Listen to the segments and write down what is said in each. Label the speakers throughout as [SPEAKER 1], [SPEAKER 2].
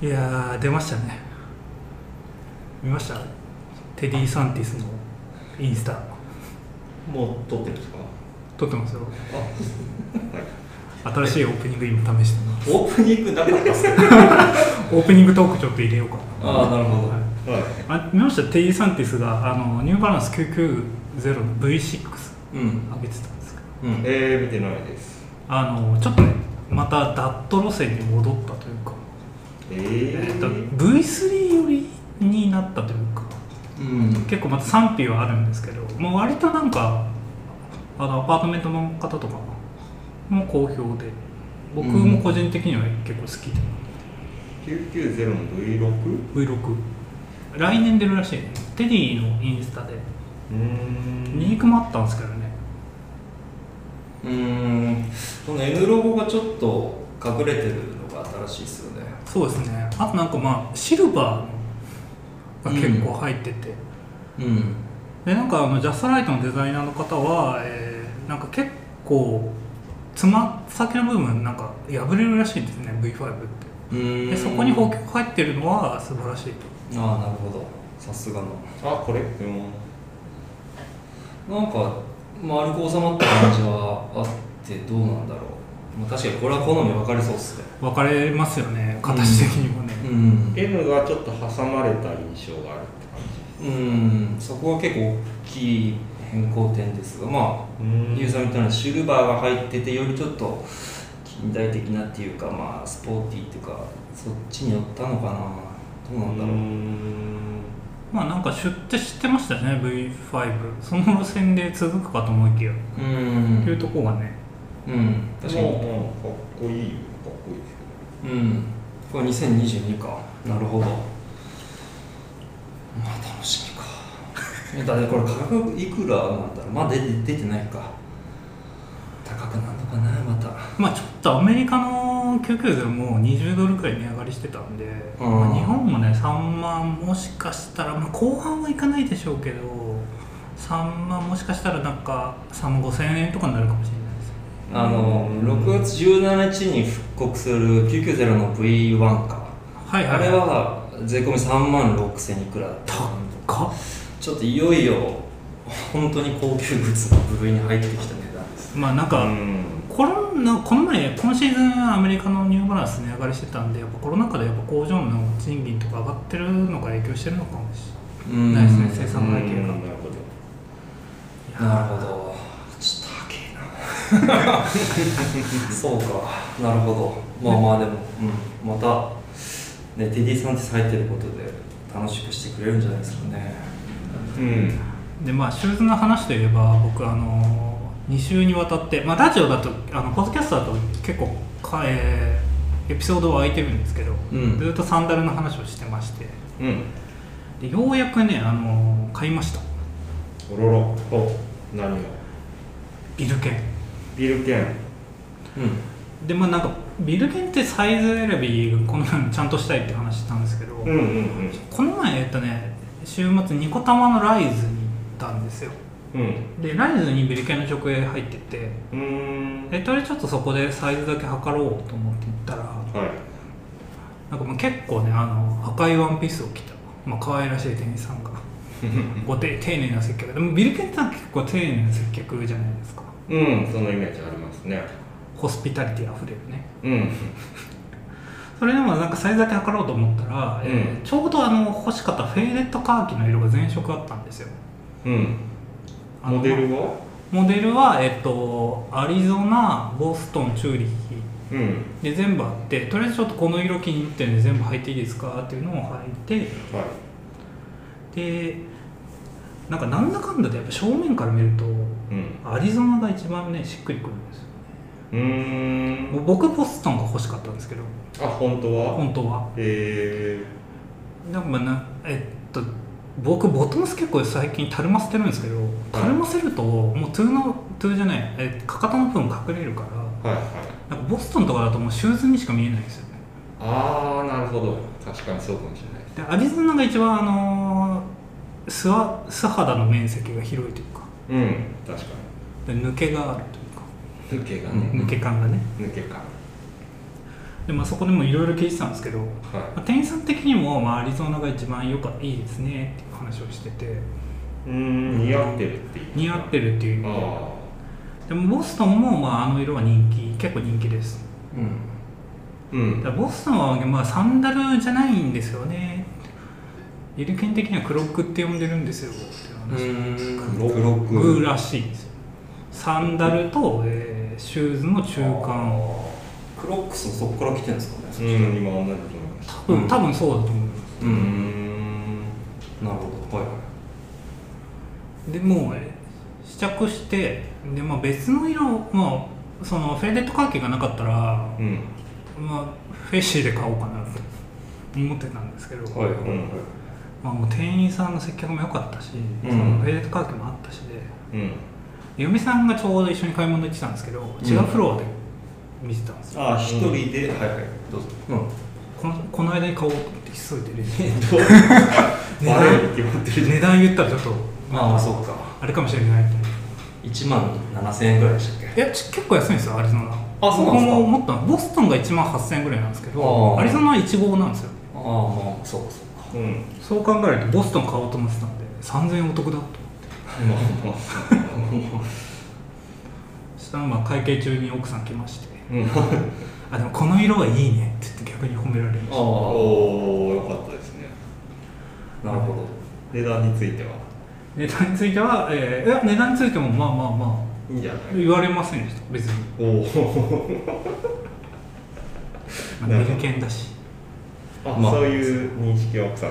[SPEAKER 1] いやー出ましたね見ましたテディ・サンティスのインスタ
[SPEAKER 2] もう撮ってるんですか
[SPEAKER 1] 撮ってますよ
[SPEAKER 2] あ
[SPEAKER 1] 新しいオープニング今試してま
[SPEAKER 2] オープニングなかったっすね
[SPEAKER 1] すオープニングトークちょっと入れようか
[SPEAKER 2] ああなるほど
[SPEAKER 1] は
[SPEAKER 2] はいい、
[SPEAKER 1] あ見ましたテディ・サンティスがあのニューバランス990の V6
[SPEAKER 2] うん、
[SPEAKER 1] 上げてたんですけど
[SPEAKER 2] うん、えー、見てないです
[SPEAKER 1] あのちょっとねまたダット路線に戻ったというか、
[SPEAKER 2] え
[SPEAKER 1] え
[SPEAKER 2] ー、
[SPEAKER 1] っと V3 寄りになったというか
[SPEAKER 2] うん
[SPEAKER 1] 結構また賛否はあるんですけど、まあ、割となんかあのアパートメントの方とかも好評で僕も個人的には結構好きで、
[SPEAKER 2] 990の V6?
[SPEAKER 1] V6 来年出るらしいねテディのインスタで
[SPEAKER 2] うー
[SPEAKER 1] リ
[SPEAKER 2] ん
[SPEAKER 1] ークもあったんですけどね
[SPEAKER 3] うーんこの N ロゴがちょっと隠れてるのが新しいっすよね
[SPEAKER 1] そうですねあとなんかまあシルバーが結構入ってて、
[SPEAKER 3] うん
[SPEAKER 1] でなんかあのジャストライトのデザイナーの方は、えーなんか結構つま先の部分なんか破れるらしいんですね V5 って
[SPEAKER 3] うーん
[SPEAKER 1] でそこに補強入ってるのは素晴らしいと
[SPEAKER 3] ああなるほどさすがの
[SPEAKER 2] あこれうん
[SPEAKER 3] なんか丸く収まった感じはあってどうなんだろう、まあ、確かにこれは好み分かれそうっすね
[SPEAKER 1] 分かれますよね形的にもね、
[SPEAKER 3] うん、
[SPEAKER 2] N がちょっと挟まれた印象があるって感
[SPEAKER 3] うん、そこは結構大きい変更点ですがまあ
[SPEAKER 2] じうん
[SPEAKER 3] ニューさんみたいなシルバーが入っててよりちょっと近代的なっていうかまあスポーティーっていうかそっちに寄ったのかなどうなんだろう、
[SPEAKER 2] ん
[SPEAKER 1] まあなんか出って知ってましたね V5 その路線で続くかと思いきや
[SPEAKER 3] う、
[SPEAKER 1] というんところがね
[SPEAKER 3] うん、確
[SPEAKER 2] 確
[SPEAKER 3] か
[SPEAKER 2] か
[SPEAKER 3] に
[SPEAKER 2] に、うん、かっこいいよかっこいいです
[SPEAKER 3] うんこれ2022かなるほどまあ楽しみかえだってこれ価格いくらなんだろうまだ出て出てないか高くなるのかなまた
[SPEAKER 1] まあちょっとアメリカの990も20ドルくらい値上がりしてたんで、
[SPEAKER 3] うん
[SPEAKER 1] まあ日本もね3万もしかしたら、まあ、後半はいかないでしょうけど3万もしかしたらなんか3万5千円とかになるかもしれないですよ
[SPEAKER 3] あの6月17日に復刻する990の V1 か
[SPEAKER 1] はいはい
[SPEAKER 3] あれは税込み3万6千いくらだった
[SPEAKER 1] か
[SPEAKER 3] ちょっといよいよ本当に高級靴の部類に入ってきた値段です
[SPEAKER 1] まあなんか、
[SPEAKER 2] うん
[SPEAKER 1] コロナこの前今シーズンアメリカのニューバランス値上がりしてたんでやっぱコロナ禍でやっぱ工場の賃金とか上がってるのが影響してるのかもし
[SPEAKER 3] うん
[SPEAKER 1] ないですね生産
[SPEAKER 2] うん
[SPEAKER 1] 考えてるか
[SPEAKER 2] なるほど
[SPEAKER 1] れないいや
[SPEAKER 3] なるほどちょっと 高えなそうかなるほどまあまあでも、うん、また、ね、テディさんって入ってることで楽しくしてくれるんじゃないですかね
[SPEAKER 2] うん
[SPEAKER 1] でまあシューズの話といえば僕あの2週にわたって、まあ、ラジオだとあのポッドキャストだと結構か、えーエピソードは空いてるんですけど、
[SPEAKER 3] うん
[SPEAKER 1] ずっとサンダルの話をしてまして
[SPEAKER 2] うん
[SPEAKER 1] でようやくねあの買いました
[SPEAKER 2] おろろお何を
[SPEAKER 1] ビルケン
[SPEAKER 2] ビルケン
[SPEAKER 3] う
[SPEAKER 1] でまあなんかビルケンってサイズ選びこの前ちゃんとしたいって話したんですけど、
[SPEAKER 2] うんうん
[SPEAKER 1] この前えっとね週末ニコタマのライズに行ったんですよ
[SPEAKER 2] うん
[SPEAKER 1] でライズにビルケンの直営入ってて
[SPEAKER 2] うんうーん
[SPEAKER 1] えとりあえずちょっとそこでサイズだけ測ろうと思って行ったら
[SPEAKER 2] はい
[SPEAKER 1] なんかもう結構ねあの赤いワンピースを着た、まあ可愛らしい店員さ んがごて丁寧な接客でもビルケンさん結構丁寧な接客じゃないですか
[SPEAKER 2] うんそのイメージありますね
[SPEAKER 1] ホスピタリティあふれるね
[SPEAKER 2] うん
[SPEAKER 1] それでもなんかサイズだけ測ろうと思ったら、えー
[SPEAKER 2] うん
[SPEAKER 1] ちょうどあの欲しかったフェーデッドカーキの色が全色あったんですよ
[SPEAKER 2] うん
[SPEAKER 1] あの
[SPEAKER 2] モデルは
[SPEAKER 1] モデルは、えっと、アリゾナボストンチューリッヒ
[SPEAKER 2] うん
[SPEAKER 1] で全部あってとりあえずちょっとこの色気に入ってるんで全部履いていいですかっていうのを履いて
[SPEAKER 2] はい
[SPEAKER 1] でなんかなんだかんだでやっぱ正面から見ると
[SPEAKER 2] うん
[SPEAKER 1] アリゾナが一番ねしっくりくるんですよ
[SPEAKER 2] うー
[SPEAKER 1] も
[SPEAKER 2] ん
[SPEAKER 1] う僕ボストンが欲しかったんですけど
[SPEAKER 2] あ本当は
[SPEAKER 1] 本当は
[SPEAKER 2] え
[SPEAKER 1] でもまあなえっと僕ボトムス結構最近たるませてるんですけどたるませるともうトゥーのトゥーじゃないえかかとの部分隠れるから
[SPEAKER 2] ー、はいはい
[SPEAKER 1] なんかボストンとかだともうシューズにしか見えないんですよね
[SPEAKER 2] ああなるほど確かにそうかもしれない
[SPEAKER 1] でアリゾナが一番あのー素は素肌の面積が広いというか
[SPEAKER 2] うん確か
[SPEAKER 1] で抜けがあるというか
[SPEAKER 2] に抜けが
[SPEAKER 3] う
[SPEAKER 2] ね
[SPEAKER 3] ん
[SPEAKER 1] 抜け感がね、
[SPEAKER 2] 抜け感
[SPEAKER 1] で、まあ、そこでもいろいろ聞いてたんですけど、ま
[SPEAKER 2] は
[SPEAKER 1] あ、店員さん的にも、まあ、アリゾナが一番よかいいですねっていう話をしてて
[SPEAKER 2] い。うん、似合ってるって言って
[SPEAKER 1] 似合ってるっていう意味で
[SPEAKER 2] あ
[SPEAKER 1] でもボストンも、まあ、あの色は人気結構人気です
[SPEAKER 3] う
[SPEAKER 2] あ。う
[SPEAKER 3] ん
[SPEAKER 1] だ
[SPEAKER 2] ん。
[SPEAKER 1] からボストンは、まあ、サンダルじゃないんですよねビルケン的にはクロックって呼んでるんですよっていう話
[SPEAKER 2] 黒
[SPEAKER 3] 黒く
[SPEAKER 1] グーらしいんですよサンダルと、えーシューズの中間
[SPEAKER 3] クロックスもそこから来てるんですかねそっ
[SPEAKER 2] う
[SPEAKER 3] ちから
[SPEAKER 2] ん、今同じと思いました。
[SPEAKER 1] 多分多分そうだと思います
[SPEAKER 3] う
[SPEAKER 2] うんん。
[SPEAKER 3] なるほどはい
[SPEAKER 1] でもうえ試着してで、まあ、別の色、まあ、そのフェーデッドカーキがなかったら、ま
[SPEAKER 2] うん。
[SPEAKER 1] あ、フェッシーで買おうかなと思ってたんですけど、
[SPEAKER 3] はいはいはい
[SPEAKER 2] うん
[SPEAKER 1] まあ、もう店員さんの接客も良かったし、
[SPEAKER 3] うん
[SPEAKER 1] そのフェーデッドカーキもあったしで
[SPEAKER 2] うん。
[SPEAKER 1] 嫁さんがちょうど一緒に買い物行ってたんですけど違うフロアで見てたんですよ、
[SPEAKER 3] ああ一人で、はいはいどうぞうん
[SPEAKER 1] このこの間に買おうと思って急いでレジに
[SPEAKER 2] バレるに決まってるじゃん。
[SPEAKER 1] 値段言ったらちょっと
[SPEAKER 3] まあそうか
[SPEAKER 1] あれかもしれない
[SPEAKER 3] 1万7000円ぐらいでしたっけ
[SPEAKER 1] いやち結構安いんですよアリゾナ
[SPEAKER 3] あそうなんです
[SPEAKER 1] 僕
[SPEAKER 3] か
[SPEAKER 1] も思ったのボストンが1万8000円ぐらいなんですけ
[SPEAKER 3] あ
[SPEAKER 1] ど
[SPEAKER 3] ー
[SPEAKER 1] アリゾナは1号なんですよ
[SPEAKER 3] ああまあそうかそう
[SPEAKER 2] う
[SPEAKER 3] か
[SPEAKER 2] ん。
[SPEAKER 1] そう考えるとボストン買おうと思ってたんで3000円お得だと
[SPEAKER 2] まあま
[SPEAKER 1] そしたらまあ会計中に奥さん来まして
[SPEAKER 2] あ。うん。
[SPEAKER 1] 「あでもこの色はいいね」って言って逆に褒められました
[SPEAKER 2] おお、よかったですね。
[SPEAKER 3] あなるほど
[SPEAKER 2] 値段については。
[SPEAKER 1] 値段については、えーいや値段についてもまあまあま
[SPEAKER 2] いいんじゃな
[SPEAKER 1] あ言われませんでした別に、
[SPEAKER 2] おお。
[SPEAKER 1] まあ、
[SPEAKER 2] なる
[SPEAKER 1] メ
[SPEAKER 2] ほど
[SPEAKER 1] ルケンだし
[SPEAKER 2] あ、
[SPEAKER 3] まあ
[SPEAKER 2] そういう認識は奥さん。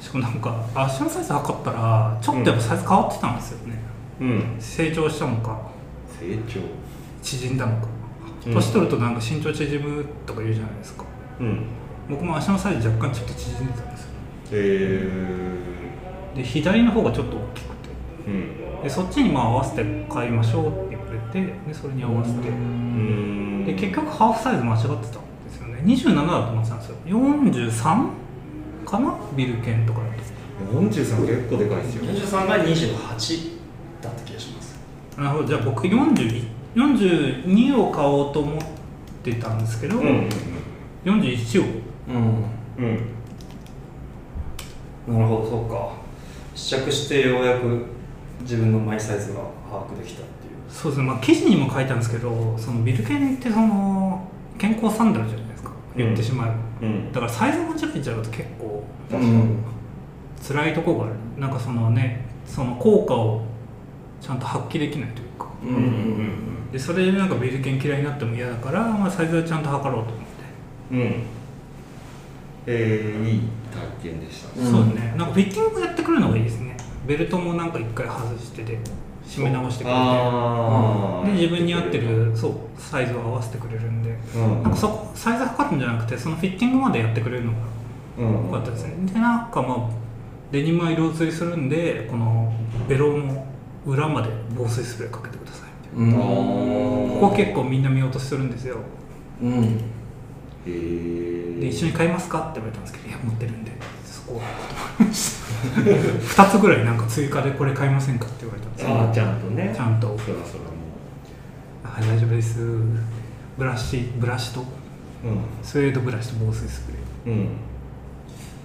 [SPEAKER 1] しかもなんか足のサイズ測ったらちょっとやっぱサイズ変わってたんですよね、
[SPEAKER 2] うん。
[SPEAKER 1] 成長したのか
[SPEAKER 2] 成長。
[SPEAKER 1] 縮んだのか
[SPEAKER 2] うん
[SPEAKER 1] 年取るとなんか身長縮むとか言うじゃないですか
[SPEAKER 2] うん。
[SPEAKER 1] 僕も足のサイズ若干ちょっと縮んでたんですよ
[SPEAKER 2] えー。
[SPEAKER 1] で左の方がちょっと大きくて
[SPEAKER 2] うん。
[SPEAKER 1] でそっちにまあ合わせて買いましょうって言われてでそれに合わせて
[SPEAKER 2] うん。
[SPEAKER 1] で結局ハーフサイズ間違ってたんですよね27だと思ってたんですよ43かなビルケンとかだ
[SPEAKER 2] 43結構でかいですよ。
[SPEAKER 3] 43が28だった気がします
[SPEAKER 1] となるほどじゃあ僕41 42を買おうと思ってたんですけど、
[SPEAKER 2] うん。
[SPEAKER 1] 41を
[SPEAKER 3] うん
[SPEAKER 2] うん。
[SPEAKER 3] なるほどそうか試着してようやく自分のマイサイズが把握できたっていう
[SPEAKER 1] そうですね、まあ、記事にも書いたんですけどそのビルケンってその健康サンダルじゃないですか言ってしまえば、
[SPEAKER 2] うん。
[SPEAKER 1] だからサイズ間違えちゃうと結構
[SPEAKER 2] 確かに。
[SPEAKER 1] 辛いとこがあるなんかそのねその効果をちゃんと発揮できないというか
[SPEAKER 3] う
[SPEAKER 2] うん
[SPEAKER 3] ん
[SPEAKER 2] う
[SPEAKER 3] うん
[SPEAKER 2] ん
[SPEAKER 1] でそれでなんかビルケン嫌いになっても嫌だから、まあ、サイズはちゃんと測ろうと思って、
[SPEAKER 2] うん。うん。えー、いい体験でしたね。
[SPEAKER 3] うん
[SPEAKER 1] そうですねなんかフィッティングやってくるのがいいですねベルトもなんか一回外してで締め直してくれ
[SPEAKER 2] あ
[SPEAKER 1] てで自分に合って。るそうサイズを合わせてくれるんで
[SPEAKER 2] うん。
[SPEAKER 1] なんかそこサイズ測るんじゃなくてそのフィッティングまでやってくれるのが
[SPEAKER 2] うん。
[SPEAKER 1] 良かったですねでなんかまあデニムは色移りするんでこのベロの裏まで防水スプレーかけてくださいみたい
[SPEAKER 3] うん
[SPEAKER 1] なここは結構みんな見落としするんですよ
[SPEAKER 3] うん
[SPEAKER 2] えー。
[SPEAKER 1] で一緒に買いますかって言われたんですけどいや持ってるんでそこは断りました 2つぐらいなんか追加でこれ買いませんかって言われたんですよ
[SPEAKER 2] ああ、ちゃんとね。
[SPEAKER 1] ちゃんと
[SPEAKER 2] そろそろも
[SPEAKER 1] 「あ大丈夫です」ブラシブラシと
[SPEAKER 2] う。うん。
[SPEAKER 1] スウェードブラシと防水スプレー
[SPEAKER 2] うん、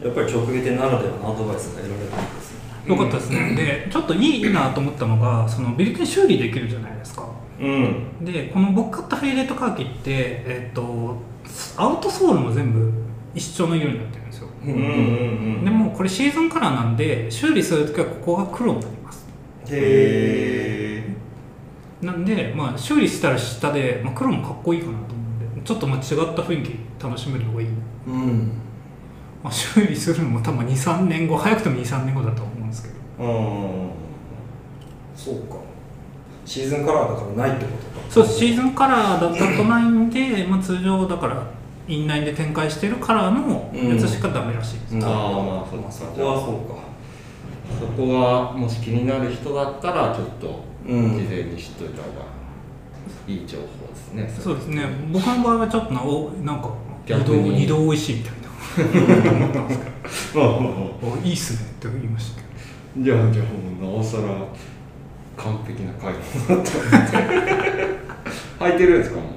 [SPEAKER 3] やっぱり直撃店ならではのアドバイスが得られたんですね
[SPEAKER 1] よかったですね、でちょっといいなと思ったのがそのビルケン修理できるじゃないですか
[SPEAKER 2] うん、
[SPEAKER 1] でこの僕買ったフェイレットカーキって、えっとアウトソールも全部一緒の色になってるんですよ
[SPEAKER 2] う
[SPEAKER 3] うん
[SPEAKER 2] ん、うん、うん。
[SPEAKER 1] でもこれシーズンカラーなんで修理する時はここが黒になります
[SPEAKER 2] へえ。
[SPEAKER 1] なんで、まあ、修理したら下で、まあ、黒もかっこいいかなと思うんでちょっとまあ違った雰囲気楽しめるのがいい、
[SPEAKER 3] うん
[SPEAKER 1] まあ、修理するのも多分23年後早くても23年後だと思うんですけど
[SPEAKER 2] うん。
[SPEAKER 3] そうかシーズンカラーだからないってことか
[SPEAKER 1] そうシーズンカラーだったとないんで、まあ、通常だからインラインで展開してるカラーのやつしかダメらしいです、
[SPEAKER 3] なるほど
[SPEAKER 2] あーまあそう
[SPEAKER 3] まあそこはそうか
[SPEAKER 2] そこはもし気になる人だったらちょっと
[SPEAKER 3] う
[SPEAKER 2] 事
[SPEAKER 3] ん
[SPEAKER 2] 前に知っといた方がいい情報ですね。
[SPEAKER 1] そうですね僕の場合はちょっとなおなんか二
[SPEAKER 2] 逆
[SPEAKER 1] 度
[SPEAKER 2] に
[SPEAKER 1] 二度美味しいみたいな
[SPEAKER 2] まあまあまあ
[SPEAKER 1] おいいっすねって言いましたけど
[SPEAKER 2] じゃあじゃあもうなおさら 完璧な回答だと思って。履いてるんですかもう。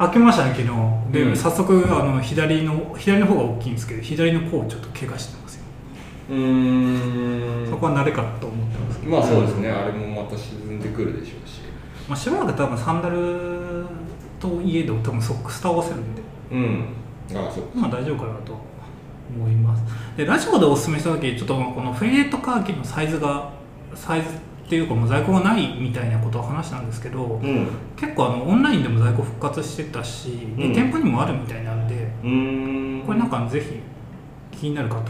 [SPEAKER 1] 開けましたね昨日で、
[SPEAKER 2] うん
[SPEAKER 1] 早速あの左の左の方が大きいんですけど左の甲をちょっと怪我してますよ、
[SPEAKER 2] うーん
[SPEAKER 1] そこは慣れかと思ってますけど、
[SPEAKER 2] まあそうですね、あれもまた沈んでくるでしょうし
[SPEAKER 1] まあ、しばらく多分サンダルといえど多分ソックスと合わせるんで
[SPEAKER 2] うんああそう
[SPEAKER 1] まあ大丈夫かなと思いますでラジオでおすすめした時ちょっとこのフェレットカーキのサイズがサイズっていうかもう在庫がないみたいなことを話したんですけど、
[SPEAKER 2] うん
[SPEAKER 1] 結構あのオンラインでも在庫復活してたし、で
[SPEAKER 2] うん
[SPEAKER 1] 店舗にもあるみたいなんで
[SPEAKER 2] うーん
[SPEAKER 1] これなんかぜひ気になる方は、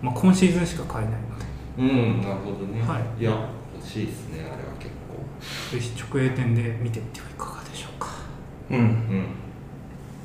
[SPEAKER 1] まあ、今シーズンしか買えないので
[SPEAKER 2] うんなるほどね、、
[SPEAKER 1] はい
[SPEAKER 2] や欲しいですねあれは結構
[SPEAKER 1] ぜひ直営店で見てみてはいかがでしょうか
[SPEAKER 3] うん
[SPEAKER 2] うん